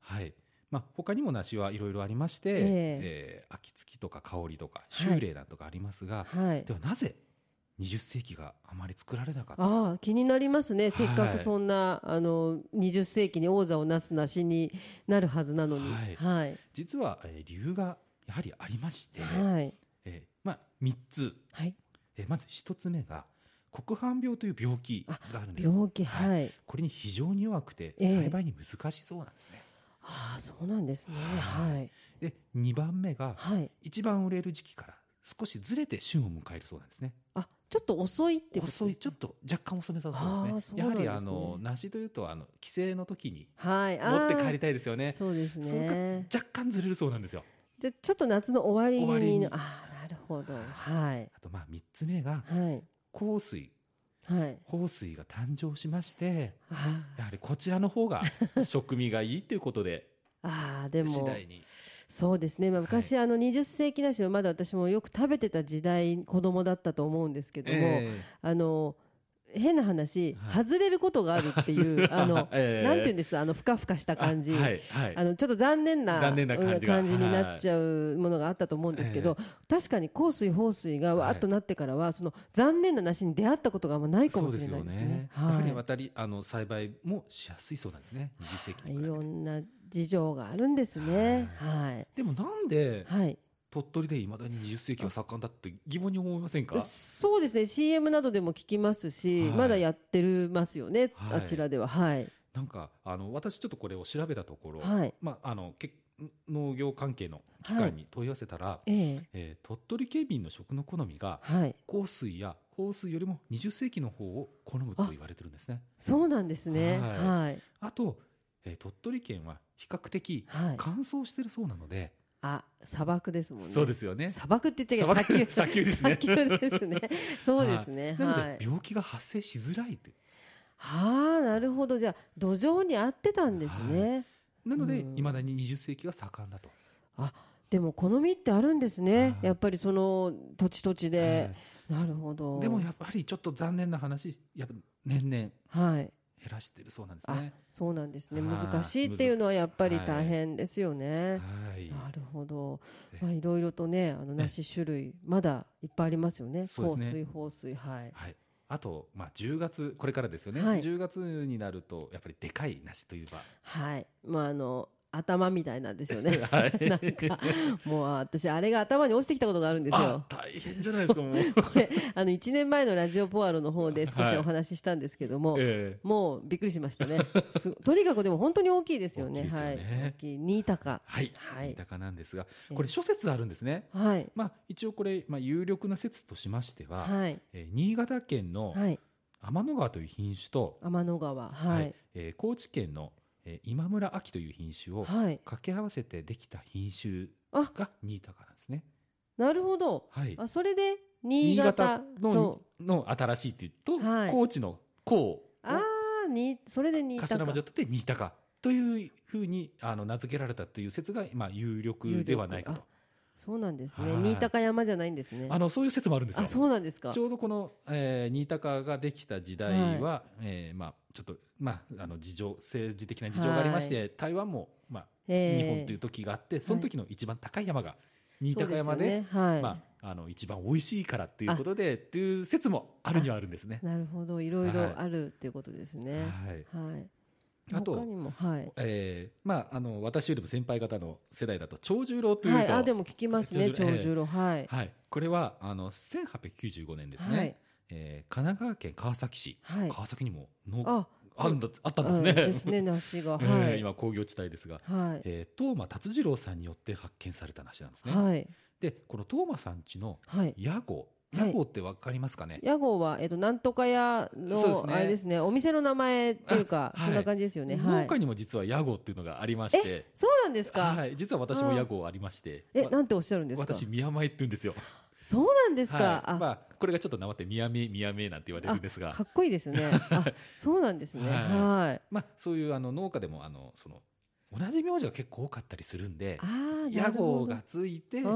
Speaker 2: はい。まあ、他にも梨はいろいろありまして、
Speaker 1: え
Speaker 2: え
Speaker 1: え
Speaker 2: ー秋月とか香りとか
Speaker 1: い
Speaker 2: 秋麗なんとかありますが、
Speaker 1: はい
Speaker 2: で。はなぜ20世紀があまり作られなかった
Speaker 1: ああ、気になりますね。せっか
Speaker 2: は
Speaker 1: く
Speaker 2: い
Speaker 1: そんな、あの、20世紀に王座をなすなしになるはずなのに。
Speaker 2: はい
Speaker 1: はい。
Speaker 2: 実は、えー理由がやはりありまして、
Speaker 1: はい。
Speaker 2: えーまあ、3つ、
Speaker 1: はい。
Speaker 2: えーまず1つ目が黒斑病という病気があるんです
Speaker 1: 病気、はい。
Speaker 2: これに非常に弱くて
Speaker 1: ええ
Speaker 2: 栽培に難しそうなんですね、
Speaker 1: ああ、そうなんですね。
Speaker 2: は
Speaker 1: はい。
Speaker 2: で2番目が
Speaker 1: はい。
Speaker 2: 一番売れる時期から少しずれて旬を迎えるそうなんですね
Speaker 1: あ、ちょっと遅いってことです
Speaker 2: 遅
Speaker 1: ね
Speaker 2: いちょっと若干遅めだそうですね
Speaker 1: あーそう
Speaker 2: や
Speaker 1: なん
Speaker 2: は
Speaker 1: ですね
Speaker 2: りあの梨というとあの帰省の時に
Speaker 1: はい。ああ
Speaker 2: 持って帰りたいですよね
Speaker 1: そうです
Speaker 2: その
Speaker 1: ね。
Speaker 2: 若干ずれるそうなんですよ
Speaker 1: で、ちょっと夏の終わりに。
Speaker 2: 終わりに
Speaker 1: ああ、なるほど。はい。
Speaker 2: あとまあ3つ目が
Speaker 1: はい。
Speaker 2: 香水
Speaker 1: はい。
Speaker 2: 香水が誕生しまして
Speaker 1: あ
Speaker 2: やはりこちらの方が食味がいいということで
Speaker 1: あああ、 (laughs) でも。
Speaker 2: 次第に
Speaker 1: そうですね、まあ、
Speaker 2: はい
Speaker 1: 昔、あの20世紀梨をまだ私もよく食べてた時代子供だったと思うんですけども、
Speaker 2: え
Speaker 1: あの変な話、
Speaker 2: はい
Speaker 1: 外れることがあるって
Speaker 2: え
Speaker 1: いうあの、
Speaker 2: (laughs) ええ
Speaker 1: なんて言うんですかあのふかふかした感じ。
Speaker 2: あはいはい
Speaker 1: あのちょっと残念な
Speaker 2: 残念な感じが
Speaker 1: うんになっちゃうものがあったと思うんですけど、確かに香水、放水がわーっとなってからは、その残念な梨に出会ったことがあんまないか
Speaker 2: そ
Speaker 1: も
Speaker 2: う
Speaker 1: し
Speaker 2: で
Speaker 1: れ
Speaker 2: す
Speaker 1: な
Speaker 2: よ
Speaker 1: いです
Speaker 2: ね
Speaker 1: ね。
Speaker 2: やは
Speaker 1: は
Speaker 2: り
Speaker 1: い
Speaker 2: 渡りあの栽培もしやすいそうなんですね20世紀に比
Speaker 1: い
Speaker 2: べ
Speaker 1: ろ
Speaker 2: て
Speaker 1: んな事情があるんですね。はい、
Speaker 2: でもなんで
Speaker 1: はい
Speaker 2: 鳥取でいまだに20世紀は盛んだって疑問に思いませんか
Speaker 1: そうですね CM などでも聞きますし、
Speaker 2: はい
Speaker 1: まだやってるますよね、
Speaker 2: はい
Speaker 1: あちらでははい
Speaker 2: なんかあの私ちょっとこれを調べたところ、
Speaker 1: はい
Speaker 2: まあ、あのけ農業関係の機関に問い合わせたら、
Speaker 1: ええ
Speaker 2: えー鳥取県民の食の好みが
Speaker 1: はい
Speaker 2: 香水や豊水よりも20世紀の方を好むと言われてるんですね。
Speaker 1: そうなんですね
Speaker 2: はい
Speaker 1: はい
Speaker 2: あと、えー鳥取県は比較的
Speaker 1: はい、
Speaker 2: 乾燥してるそうなので、
Speaker 1: あ砂漠ですもんね
Speaker 2: そうですよね。
Speaker 1: 砂漠って言っちゃ
Speaker 2: 砂
Speaker 1: いけない
Speaker 2: 漠砂丘ですね
Speaker 1: 砂丘です
Speaker 2: (laughs)
Speaker 1: ねそうですね
Speaker 2: なの
Speaker 1: は
Speaker 2: で
Speaker 1: い
Speaker 2: 病気が発生しづらいって
Speaker 1: はあなるほどじゃあ土壌に合ってたんですね、
Speaker 2: なので
Speaker 1: うん
Speaker 2: いまだに20世紀が盛んだと。
Speaker 1: でも好みってあるんですね
Speaker 2: は、い
Speaker 1: やっぱりその土地土地で、
Speaker 2: え
Speaker 1: なるほど
Speaker 2: ーでもやっぱりちょっと残念な話やっぱ年々減
Speaker 1: はい
Speaker 2: らしてるそうなんです
Speaker 1: あ
Speaker 2: ね。
Speaker 1: そうなんですね
Speaker 2: はい
Speaker 1: 難しいっていうのはやっぱり
Speaker 2: 難しい
Speaker 1: 大変ですよね。
Speaker 2: はい
Speaker 1: なるほど
Speaker 2: ね、
Speaker 1: まあ、いろいろとねあの
Speaker 2: ね
Speaker 1: 梨種類まだいっぱいありますよね
Speaker 2: そう
Speaker 1: 香
Speaker 2: です
Speaker 1: 水
Speaker 2: ね
Speaker 1: 放水はい
Speaker 2: はい、あと、まあ、10月これからですよね、
Speaker 1: はい
Speaker 2: 10月になるとやっぱりでかい梨といえば、
Speaker 1: はいまああの頭みたい (laughs) なんですよ
Speaker 2: (laughs)
Speaker 1: ね
Speaker 2: はい
Speaker 1: なんかもうあ私あれが頭に落ちてきたことがあるんです
Speaker 2: あ
Speaker 1: よ
Speaker 2: 大変じゃないですかもう、
Speaker 1: これあの1年前のラジオポアロの方で少
Speaker 2: は
Speaker 1: し
Speaker 2: い
Speaker 1: お話ししたんですけども、
Speaker 2: ええ
Speaker 1: もうびっくりしましたねすご (laughs) とにかくでも本当に大きいですよね
Speaker 2: 大きいですよね
Speaker 1: はい大きい新高
Speaker 2: はい、
Speaker 1: はい
Speaker 2: 豊かなんですが
Speaker 1: え
Speaker 2: これ諸説あるんですね、
Speaker 1: はい
Speaker 2: まあ、一応これ、まあ、有力な説としましては、
Speaker 1: はい
Speaker 2: えー新潟県の
Speaker 1: はい
Speaker 2: 天の川という品種と、
Speaker 1: 天の川は
Speaker 2: はいいえー高知県の、えー今村秋という品種を
Speaker 1: はい
Speaker 2: 掛け合わせてできた品種
Speaker 1: あ
Speaker 2: が新高なんですね。
Speaker 1: なるほど
Speaker 2: はい、
Speaker 1: あそれで新
Speaker 2: 新
Speaker 1: 潟
Speaker 2: 潟
Speaker 1: と
Speaker 2: のの新しいっていうと、
Speaker 1: はい
Speaker 2: 高知の高を
Speaker 1: ああにそれで新高
Speaker 2: 頭文字を取って新高というふうにあの名付けられたという説がまあ有力ではないかと。
Speaker 1: そうなんですね
Speaker 2: はい
Speaker 1: 新高山じゃないんですね
Speaker 2: あのそういう説もあるんですよ
Speaker 1: あそうなんですか
Speaker 2: ちょうどこの、えー新高ができた時代は、えーまあ、ちょっと、まあ、あの事情政治的な事情がありまして、台湾も、まあ、
Speaker 1: えー
Speaker 2: 日本という時があってその時の一番高い山が新高山で,、
Speaker 1: そうすよねはい
Speaker 2: まあ、あの一番美味しいからっていうことでっていう説もあるにはあるんですね。
Speaker 1: なるほどいろい
Speaker 2: はい
Speaker 1: ろあるっていうことですね
Speaker 2: はい、
Speaker 1: はい
Speaker 2: あと
Speaker 1: 他にもはい
Speaker 2: えーまあ、あの私よりも先輩方の世代だと長十郎という
Speaker 1: は
Speaker 2: と、
Speaker 1: いあでも聞きますね
Speaker 2: 長
Speaker 1: 長
Speaker 2: 寿
Speaker 1: 十郎はい
Speaker 2: はい、これはあの1895年ですね、
Speaker 1: はい
Speaker 2: えー神奈川県川崎市、
Speaker 1: はい
Speaker 2: 川崎にもの
Speaker 1: あ
Speaker 2: あんだあったんです
Speaker 1: うん
Speaker 2: ね。
Speaker 1: です
Speaker 2: (laughs)
Speaker 1: ね梨が
Speaker 2: え
Speaker 1: は
Speaker 2: ー
Speaker 1: い
Speaker 2: 今工業地帯ですが、
Speaker 1: はい
Speaker 2: えー、東間達次郎さんによって発見された梨なんですね。
Speaker 1: はい
Speaker 2: でこの東間さん家の
Speaker 1: はい
Speaker 2: 屋号
Speaker 1: は
Speaker 2: 屋
Speaker 1: い
Speaker 2: 号ってわかりますかね、
Speaker 1: 屋号はえっとなんとか屋
Speaker 2: そうです
Speaker 1: の
Speaker 2: ね
Speaker 1: あれですねお店の名前っていうか
Speaker 2: あはい
Speaker 1: そんな感じですよねはい
Speaker 2: 農家にも実は屋号っていうのがありまして
Speaker 1: そうなんですか
Speaker 2: はい、実は私も屋号ありまして、
Speaker 1: え
Speaker 2: わ
Speaker 1: なんておっしゃるんですか
Speaker 2: 私宮前って言うんですよ
Speaker 1: そうなんです
Speaker 2: は
Speaker 1: か
Speaker 2: いま
Speaker 1: あ
Speaker 2: あ、これがちょっとなまって宮前宮前なんて言われるんですが
Speaker 1: かっこいいですねあそうなんですね
Speaker 2: は
Speaker 1: はい
Speaker 2: まあ、そういうあの農家でもあのその同じ名字が結構多かったりするんで
Speaker 1: あーな
Speaker 2: 屋
Speaker 1: るほ
Speaker 2: 号
Speaker 1: ど
Speaker 2: がついて
Speaker 1: あ
Speaker 2: あ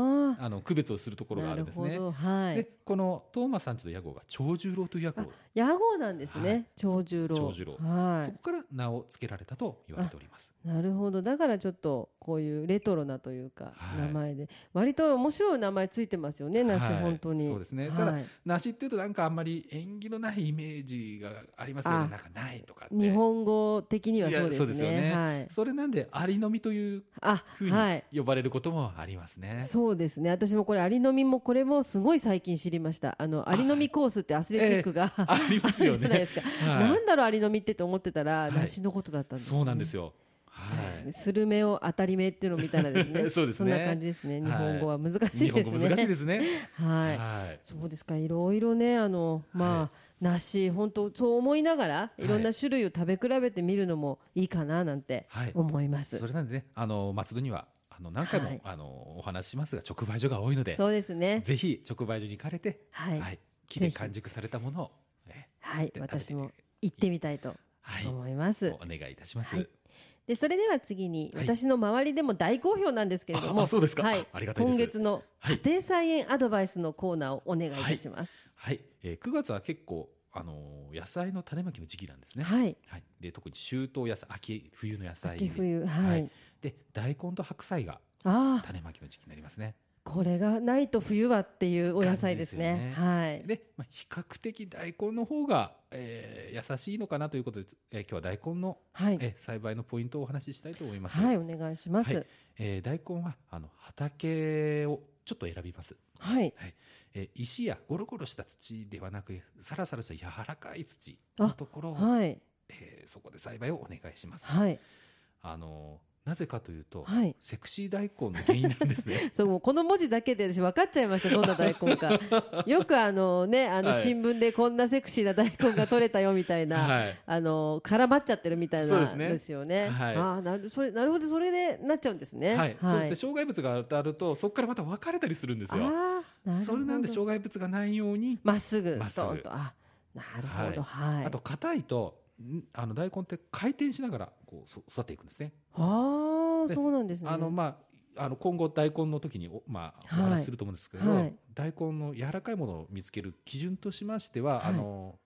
Speaker 1: ー
Speaker 2: の区別をするところがあるんです
Speaker 1: な
Speaker 2: ね
Speaker 1: るほ。どはい
Speaker 2: でこの東間さんちの屋号が長十郎という屋号、
Speaker 1: 屋号なんですね、
Speaker 2: はい
Speaker 1: 長十郎
Speaker 2: 長十郎
Speaker 1: は
Speaker 2: そこから名を付けられたと言われております。
Speaker 1: いなるほどだからちょっとこういうレトロなというか、
Speaker 2: はい
Speaker 1: 名前で割と面白い名前ついてますよね梨、
Speaker 2: はい
Speaker 1: 本当に
Speaker 2: そうですね
Speaker 1: はい
Speaker 2: ただ梨っていうとなんかあんまり縁起のないイメージがありますよ
Speaker 1: あ
Speaker 2: ねなんかないとかって
Speaker 1: 日本語的にはそうですね
Speaker 2: いやそうですよね
Speaker 1: はい、
Speaker 2: それなんでありのみという
Speaker 1: あ
Speaker 2: ふうに
Speaker 1: はい
Speaker 2: 呼ばれることもありますね。
Speaker 1: そうですね私もこれアリの実もこれもすごい最近知りましたあのアリの実コースってアスレチックが、
Speaker 2: ありますよ
Speaker 1: (laughs) あるじゃないで
Speaker 2: ね。
Speaker 1: すか、
Speaker 2: はい
Speaker 1: なんだろうアリの実ってと思ってたら、
Speaker 2: い
Speaker 1: 梨のことだったんです、ね、
Speaker 2: そうなんですよ。はい。
Speaker 1: スルメを当たり目っていうのみたいなですね
Speaker 2: (laughs) そうですね
Speaker 1: んな感じですね
Speaker 2: い
Speaker 1: 日本語は難しいですね、
Speaker 2: 日本語難しいですすね。
Speaker 1: はい、
Speaker 2: はい。
Speaker 1: そうですかいろいろねあのまあ、
Speaker 2: はい
Speaker 1: 梨本当そう思いながら
Speaker 2: い
Speaker 1: いろんな種類を食べ比べてみるのもいいかななんて
Speaker 2: はい
Speaker 1: 思います、
Speaker 2: それなんでね、あの松戸にはあの何回も、
Speaker 1: はい
Speaker 2: あのお話ししますが直売所が多いので、
Speaker 1: そうですね
Speaker 2: ぜひ直売所に行かれて、
Speaker 1: は
Speaker 2: はいい、
Speaker 1: はい、
Speaker 2: 木
Speaker 1: ぜ
Speaker 2: で
Speaker 1: ひ
Speaker 2: 完熟されたものを、ね、で食べて
Speaker 1: 私も行ってみたいと
Speaker 2: はい、お
Speaker 1: 思います、
Speaker 2: 願いいたします。
Speaker 1: はいでそれでは次に
Speaker 2: はい
Speaker 1: 私の周りでも大好評なんですけれども、
Speaker 2: ああそうですか
Speaker 1: はい
Speaker 2: ありがたいです
Speaker 1: 今月の
Speaker 2: は
Speaker 1: 家
Speaker 2: い
Speaker 1: 庭菜園アドバイスのコーナーをお願いいたします
Speaker 2: はい、えー、9月は結構あのー野菜の種まきの時期なんですね。
Speaker 1: はい、
Speaker 2: はい、で特に秋冬野菜、秋冬の野菜で
Speaker 1: 秋冬はい、
Speaker 2: はいで大根と白菜が
Speaker 1: ああ
Speaker 2: 種まきの時期になりますね。
Speaker 1: これがないと冬はっていうお野菜ですね
Speaker 2: 感じですよ
Speaker 1: はい
Speaker 2: で、まあ、比較的大根の方が、えー優しいのかなということで、えー今日は大根の、
Speaker 1: はい、
Speaker 2: えー栽培のポイントをお話ししたいと思います。
Speaker 1: はい、お願いします。は、
Speaker 2: はいえー大根はあの畑をちょっと選びます、えー石やゴロゴロした土ではなくさらさらした柔らかい土のところを、
Speaker 1: はい、
Speaker 2: えーそこで栽培をお願いします、
Speaker 1: はい、
Speaker 2: あのーなぜかというと、
Speaker 1: はい
Speaker 2: セクシー大根の原因なんですね
Speaker 1: そう、もうこの文字だけで私分かっちゃいました、どんな大根
Speaker 2: (laughs)
Speaker 1: か。よくあのね、あの
Speaker 2: はい
Speaker 1: 新聞でこんなセクシーな大根が取れたよみたい (laughs) な。
Speaker 2: はい
Speaker 1: あの絡まっちゃってるみたい
Speaker 2: そう
Speaker 1: な
Speaker 2: ですね
Speaker 1: ですよね。
Speaker 2: はい
Speaker 1: ああ、なる、それ、なるほど、それでなっちゃうんですね。
Speaker 2: はい、そうですね障害物が当たるとそこからまた分かれたりするんですよ
Speaker 1: ああ、なるほど
Speaker 2: それなんで障害物がないように、
Speaker 1: まっすぐ、
Speaker 2: まっ
Speaker 1: ス
Speaker 2: すぐ
Speaker 1: トンと、あ、なるほど、はい。
Speaker 2: あと硬いとんあの大根って回転しながらこうそ育っていくんですね
Speaker 1: ああ、
Speaker 2: で
Speaker 1: そうなんですね。
Speaker 2: あのまあ、あの今後大根の時にお,、まあ、お
Speaker 1: はい
Speaker 2: 話しすると思うんですけど、
Speaker 1: はい
Speaker 2: 大根の柔らかいものを見つける基準としまして
Speaker 1: は
Speaker 2: は、
Speaker 1: い
Speaker 2: あの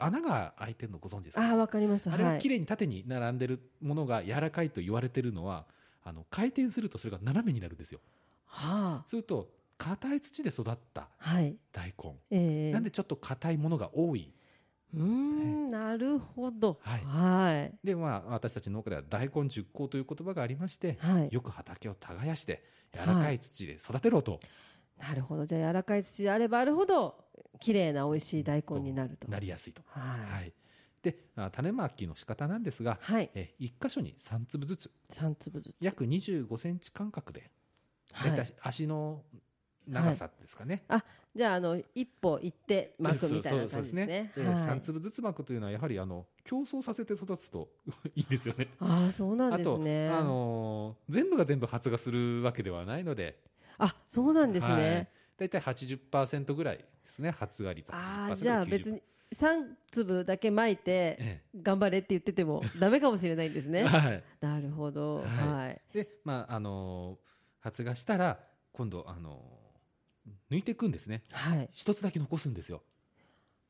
Speaker 2: 穴が開いてるのご存知です
Speaker 1: あ
Speaker 2: か
Speaker 1: あ、わかります。
Speaker 2: あれ
Speaker 1: は
Speaker 2: が
Speaker 1: い
Speaker 2: 綺麗に縦に並んでるものが柔らかいと言われてるのはあの回転するとそれが斜めになるんですよ
Speaker 1: はあ、
Speaker 2: すると硬い土で育った
Speaker 1: はい。
Speaker 2: 大根
Speaker 1: ええ
Speaker 2: なんでちょっと硬いものが多いう
Speaker 1: ーん、なるほど。は。
Speaker 2: はいい
Speaker 1: はい。
Speaker 2: でまあ私たちの農家では大根熟行という言葉がありましてよく畑を耕して柔らかい土で育てろと
Speaker 1: なるほど。じゃあ柔らかい土であればあるほど綺麗な美味しい大根になると。
Speaker 2: なりやすいと
Speaker 1: は。
Speaker 2: はいい、であ種まきの仕方なんですが、
Speaker 1: はい。
Speaker 2: え1箇所に3粒ずつ
Speaker 1: 三粒ずつ。
Speaker 2: 約25センチ間隔で、
Speaker 1: は
Speaker 2: だいた
Speaker 1: い。
Speaker 2: い足の長さですかね、
Speaker 1: じゃああの一歩行って巻くみたいな
Speaker 2: そう
Speaker 1: 感
Speaker 2: そ
Speaker 1: じ
Speaker 2: う
Speaker 1: ですね。
Speaker 2: そうで
Speaker 1: は
Speaker 2: 3
Speaker 1: い。
Speaker 2: 粒ずつ巻くというのはやはりあの競争させて育つと (laughs) いいんですよね。
Speaker 1: ああ、そうなん
Speaker 2: あ
Speaker 1: です
Speaker 2: と、
Speaker 1: ね。
Speaker 2: あのー全部が全部発芽するわけではないので
Speaker 1: あ、そうなんです
Speaker 2: はい
Speaker 1: ね。、
Speaker 2: だいたい80%ぐらいですね発芽率
Speaker 1: あ
Speaker 2: 80%
Speaker 1: あ、じゃあ別に三粒だけ巻い
Speaker 2: 90%
Speaker 1: て
Speaker 2: え
Speaker 1: 頑張れって言っててもダメかもしれないんです
Speaker 2: え
Speaker 1: ね。
Speaker 2: はい、
Speaker 1: なるほど。
Speaker 2: はい
Speaker 1: はい。
Speaker 2: で、まああのー発芽したら今度あの抜いていくんですね
Speaker 1: はい。
Speaker 2: 一つだけ残すんですよ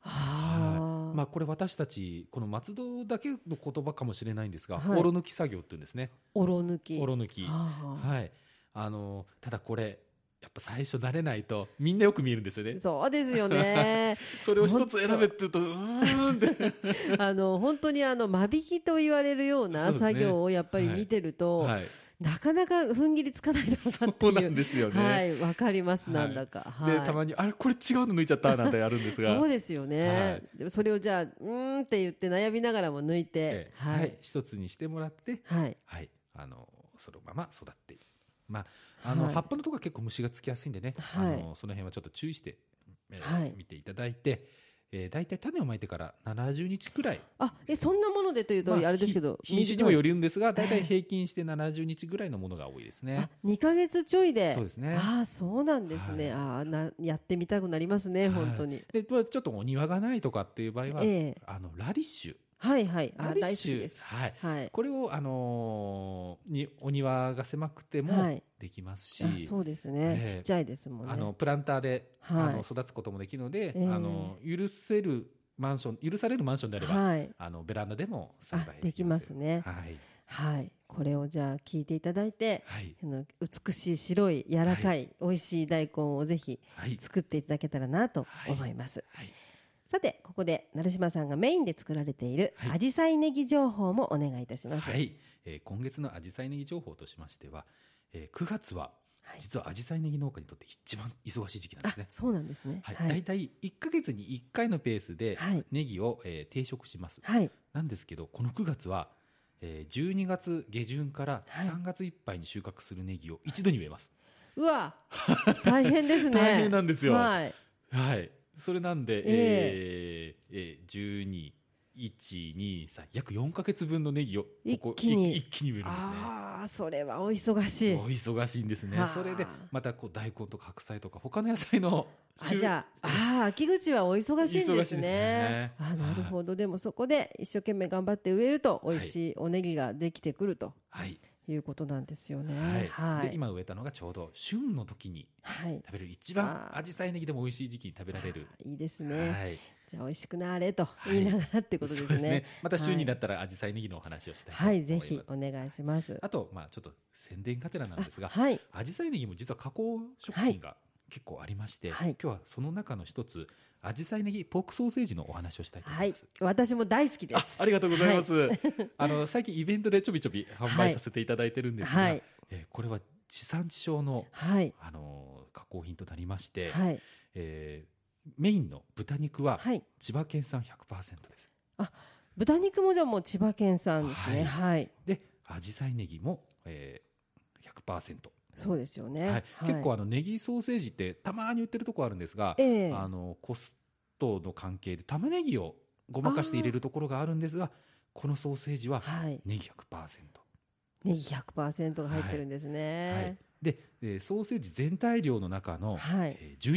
Speaker 1: ああ。
Speaker 2: まあ、これ私たちこの松戸だけの言葉かもしれないんですが、
Speaker 1: はい
Speaker 2: おろ抜き作業っていうんですね
Speaker 1: おろ抜き。
Speaker 2: おろ抜き
Speaker 1: はあ
Speaker 2: はいあのただこれやっぱ最初慣れないとみんなよく見えるんですよね
Speaker 1: そうですよ
Speaker 2: (laughs)
Speaker 1: ね。
Speaker 2: それを一つ選べって言うとうーんって
Speaker 1: あの本当にあの間引きと言われるよう
Speaker 2: そ
Speaker 1: な
Speaker 2: うですね
Speaker 1: 作業をやっぱり見てると、 (laughs)
Speaker 2: はい
Speaker 1: なかなか踏ん切りつかないだろうなって
Speaker 2: そうないん
Speaker 1: う。
Speaker 2: ですよね、
Speaker 1: はい、わかります、
Speaker 2: は
Speaker 1: な
Speaker 2: い
Speaker 1: んだか。はい。
Speaker 2: でたまにあれこれ違うの抜いちゃったなんてやるんですが
Speaker 1: そうですよね。
Speaker 2: はい
Speaker 1: でもそれをじゃあ、うーんって言って悩みながらも抜いて
Speaker 2: ええ、はい、一つにしてもらって
Speaker 1: はい。はい。
Speaker 2: はいあのそのまま育ってまああの、
Speaker 1: はい
Speaker 2: 葉っぱのとこは結構虫がつきやすいんでね、
Speaker 1: はい
Speaker 2: あのその辺はちょっと注意して、えー
Speaker 1: はい
Speaker 2: 見ていただいて、えー、大体種をまいてから70日くらい、
Speaker 1: あ、え、そんなものでというと、
Speaker 2: ま
Speaker 1: あれですけど、
Speaker 2: ひ品種にもよ
Speaker 1: り。
Speaker 2: るんですが大体平均して70日ぐらいのものが多いです
Speaker 1: あ
Speaker 2: ね。、
Speaker 1: 二ヶ月ちょいで。
Speaker 2: そうですね
Speaker 1: ああ、そうなんですね。
Speaker 2: は
Speaker 1: ああ、な、やってみたくなりますね、
Speaker 2: はい
Speaker 1: 本当に。
Speaker 2: でまあちょっとお庭がないとかっていう場合は、
Speaker 1: ええ
Speaker 2: あのラディッシュ
Speaker 1: はいはい。あ、
Speaker 2: ラディ
Speaker 1: 大
Speaker 2: ッ
Speaker 1: 好
Speaker 2: シュ
Speaker 1: きです。
Speaker 2: はい、
Speaker 1: はい。
Speaker 2: これを、あのーにお庭が狭くて
Speaker 1: は
Speaker 2: も
Speaker 1: い
Speaker 2: できますし、
Speaker 1: あそうですね
Speaker 2: え。え
Speaker 1: ちっちゃいですもんね。
Speaker 2: あのプランターで、
Speaker 1: はい
Speaker 2: あの育つこともできるので、
Speaker 1: ええ
Speaker 2: あの許せるマンション許されるマンションであれば、
Speaker 1: はい。
Speaker 2: あのベランダでも栽
Speaker 1: あ
Speaker 2: 培、
Speaker 1: できます
Speaker 2: よ
Speaker 1: ね。
Speaker 2: はい、
Speaker 1: はい。これをじゃあ聞いていただいて、
Speaker 2: はい、
Speaker 1: あの美しい白い柔らかい美味しい大根をぜひ
Speaker 2: はい、
Speaker 1: 作っていただけたらなと思います、
Speaker 2: はい、
Speaker 1: さてここで成島さんがメインで作られている
Speaker 2: はい
Speaker 1: 紫陽花ネギ情報もお願いいたします、
Speaker 2: はい、えー今月のアジサイネギ情報としましては、えー、9月は
Speaker 1: はい
Speaker 2: 実はアジサイネギ農家にとって一番忙しい時期なんで
Speaker 1: あ
Speaker 2: すね。
Speaker 1: そうなんですね
Speaker 2: はい、
Speaker 1: は
Speaker 2: だい
Speaker 1: い
Speaker 2: たい1ヶ月に1回のペースで
Speaker 1: はい、
Speaker 2: ネギを、えー定食します。
Speaker 1: はい
Speaker 2: なんですけど、この9月は、えー、12月下旬から
Speaker 1: はい
Speaker 2: 3月いっぱいに収穫するネギを一度に植えます。
Speaker 1: うわ大変ですね
Speaker 2: (laughs) 大変なんですよ。は
Speaker 1: はい
Speaker 2: い。それなんで、えーえー、12、1、2、3、約4ヶ月分のネギをここ
Speaker 1: 一気に
Speaker 2: い一気に植えるんですね。
Speaker 1: ああそれはお忙しい
Speaker 2: お忙しいんですね
Speaker 1: はあ。
Speaker 2: それで、またこう大根とか白菜とか他の野菜の
Speaker 1: あじゃああー秋口はお忙しいんですね
Speaker 2: 忙しいですね
Speaker 1: あーなるほどでもそこで一生懸命頑張って植えると美味しいおネギができてくると
Speaker 2: はい、
Speaker 1: いうことなんですよ
Speaker 2: はい
Speaker 1: ね。はい。
Speaker 2: で今植えたのがちょうど旬の時に
Speaker 1: はい。
Speaker 2: 食べれる一
Speaker 1: あ
Speaker 2: 番
Speaker 1: ー
Speaker 2: アジサイネギでも美味しい時期に食べられる。
Speaker 1: あーいいですね。
Speaker 2: はい。
Speaker 1: じゃあ美味しくなれと
Speaker 2: はい
Speaker 1: 言いながらってことで
Speaker 2: そ
Speaker 1: す
Speaker 2: うです
Speaker 1: ね
Speaker 2: ね。。また旬になったらアジサイネギのお話をしたいと
Speaker 1: は
Speaker 2: 思い
Speaker 1: い、
Speaker 2: ます。
Speaker 1: ぜひお願いします。
Speaker 2: あとまあちょっと宣伝がてらなんですが、
Speaker 1: はい。
Speaker 2: アジサイネギも実は加工食品が結構ありまして、
Speaker 1: はい
Speaker 2: 今日はその中の一つアジサイネギポークソーセージのお話をしたいと思
Speaker 1: はいい
Speaker 2: ます。。
Speaker 1: 私も大好きで
Speaker 2: あ
Speaker 1: す。
Speaker 2: ありがとうございます、 (laughs) あの最近イベントでちょびちょび販
Speaker 1: は
Speaker 2: 売
Speaker 1: い
Speaker 2: させていただいてるんですが、
Speaker 1: はい。
Speaker 2: えーこれは地産地消の、
Speaker 1: はい。
Speaker 2: あのー加工品となりまして、
Speaker 1: はい。
Speaker 2: えーメインの豚肉は
Speaker 1: はい。
Speaker 2: 千葉県産100%です
Speaker 1: 豚肉もじゃあもう千葉県産ですね。はい。
Speaker 2: で紫陽花ネギも、えー100%、
Speaker 1: そうですよね。
Speaker 2: はい
Speaker 1: はい
Speaker 2: 結構あのネギソーセージってたまに売ってるとこあるんですが、
Speaker 1: ええ
Speaker 2: あのコストの関係で玉ねぎをごまかして入れるところがあるんですがこのソーセージは
Speaker 1: はい。
Speaker 2: ネギ100%、
Speaker 1: ネギ100%が入ってるんです
Speaker 2: はい
Speaker 1: ね。、
Speaker 2: で、えーソーセージ全体量の中の、
Speaker 1: はい。
Speaker 2: えー、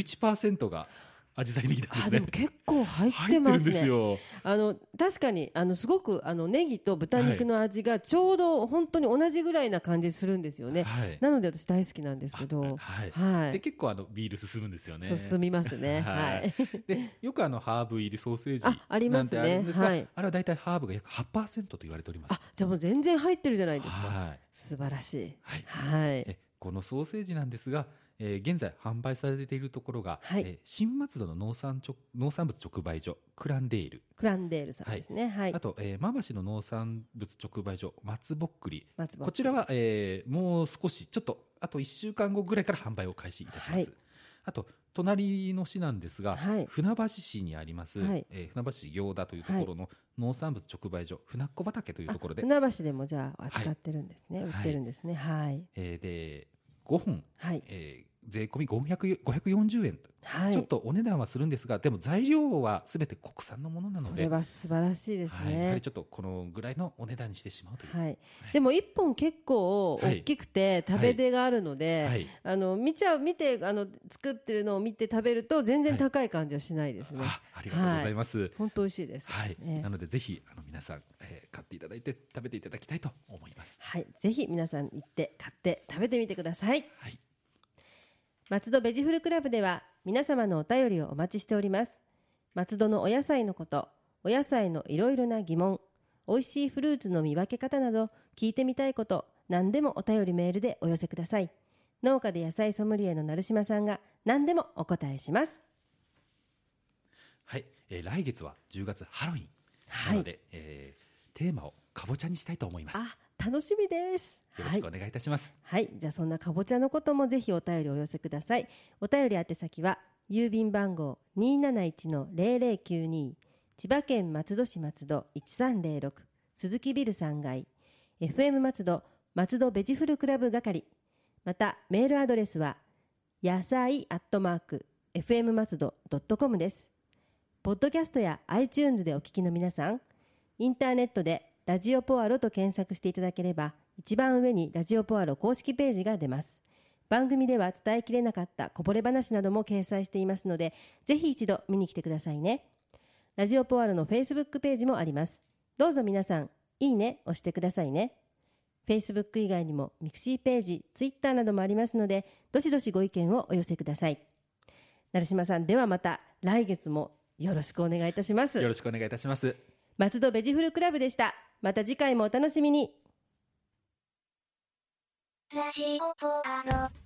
Speaker 2: 11%がアジサイネギなん
Speaker 1: あ、で
Speaker 2: で
Speaker 1: すも
Speaker 2: ね。
Speaker 1: 結構入っ
Speaker 2: 入って
Speaker 1: て
Speaker 2: る
Speaker 1: ま
Speaker 2: ん
Speaker 1: す
Speaker 2: です
Speaker 1: ね。
Speaker 2: よ。
Speaker 1: あの確かにあのすごくあのネギと豚肉の味がちょうど本当に同じぐらいな感じするんですよね。
Speaker 2: はい。
Speaker 1: なので私大好きなんです
Speaker 2: あ
Speaker 1: けど、
Speaker 2: はい。
Speaker 1: はい
Speaker 2: で、結構あのビール進むんですよね。
Speaker 1: そう進みますね。は
Speaker 2: はい (laughs) い、で、よくあのハーブ入りソーセージなん
Speaker 1: あ
Speaker 2: て
Speaker 1: ありますね
Speaker 2: あるんですが、
Speaker 1: はい
Speaker 2: あれはだいたいハーブが約8%と言われております。
Speaker 1: あじゃあもう全然入ってるじゃないですか。
Speaker 2: はい。
Speaker 1: 素晴らしい。
Speaker 2: はい。
Speaker 1: はい。
Speaker 2: えこのソーセージなんですが、えー現在販売されているところが、
Speaker 1: はい
Speaker 2: えー新松戸の農産直農産物直売所クランデール、
Speaker 1: クランデールさんですね。はい
Speaker 2: あ。と、えー、馬橋の農産物直売所松ぼっくり
Speaker 1: 松葉
Speaker 2: こちらは、えーもう少しちょっとあと1週間後ぐらいから販売を開始いたします、
Speaker 1: はい
Speaker 2: あと隣の市なんですが、
Speaker 1: はい
Speaker 2: 船橋市にあります、
Speaker 1: はい
Speaker 2: えー船橋市行田というところの農産物直売所船っ子畑というところで,、
Speaker 1: あ船橋でもじゃあ扱ってるんですね。
Speaker 2: はい
Speaker 1: 売ってるんですね。はい。
Speaker 2: えーで5本、
Speaker 1: はい。
Speaker 2: えー税込み500 540円と、
Speaker 1: はい。
Speaker 2: ちょっとお値段はするんですがでも材料はすべて国産のものなの
Speaker 1: そ
Speaker 2: で
Speaker 1: れは素晴らしいです
Speaker 2: はい、やは
Speaker 1: ね
Speaker 2: りち。ょっとこのぐらいのお値段にしてしまうという。
Speaker 1: はい。でも一本結構大きくて
Speaker 2: はい
Speaker 1: 食べ出があるので。
Speaker 2: はい
Speaker 1: あの見ちゃう見てあの作ってるのを見て食べると全然高い感じはしないですね。
Speaker 2: あありがとうございます、
Speaker 1: 本当美味しいです。
Speaker 2: はい、
Speaker 1: ええ
Speaker 2: なのでぜひあの皆さん、えー買っていただいて食べていただきたいと思います。
Speaker 1: はい、ぜひ皆さん行って買って食べてみてください。
Speaker 2: はい、
Speaker 1: 松戸ベジフルクラブでは皆様のお便りをお待ちしております松戸のお野菜のことお野菜のいろいろな疑問おいしいフルーツの見分け方など聞いてみたいこと何でもお便りメールでお寄せください農家で野菜ソムリエの成島さんが何でもお答えします
Speaker 2: はい、えー来月は10月ハロウィン
Speaker 1: は
Speaker 2: なの
Speaker 1: い
Speaker 2: で、えーテーマをかぼちゃにしたいと思いますよ
Speaker 1: あ楽しみです
Speaker 2: ろしくお願いいたします
Speaker 1: はい、じゃあそんなかぼちゃのこともぜひお便りお寄せください。お便り宛先は郵便番号271-0092千葉県松戸市松戸1306鈴木ビル3階 FM 松戸松戸ベジフルクラブ係またメールアドレスは野菜アットマーク FM 松戸ドットコムです。ポッドキャストや iTunes でお聞きの皆さん、インターネットでラジオポアロと検索していただければ、一番上にラジオポアロ公式ページが出ます。番組では伝えきれなかったこぼれ話なども掲載していますので、ぜひ一度見に来てくださいね。ラジオポアロの Facebook ページもあります。どうぞ皆さん、いいね押してくださいね。Facebook 以外にもミクシーページ、Twitter などもありますので、どしどしご意見をお寄せください。成島さん、ではまた来月もよろしくお願いいたします
Speaker 2: よ。ろしくお願いいたします
Speaker 1: 松戸ベジフルクラブでした。また次回もお楽しみに。
Speaker 3: ラジオポアド。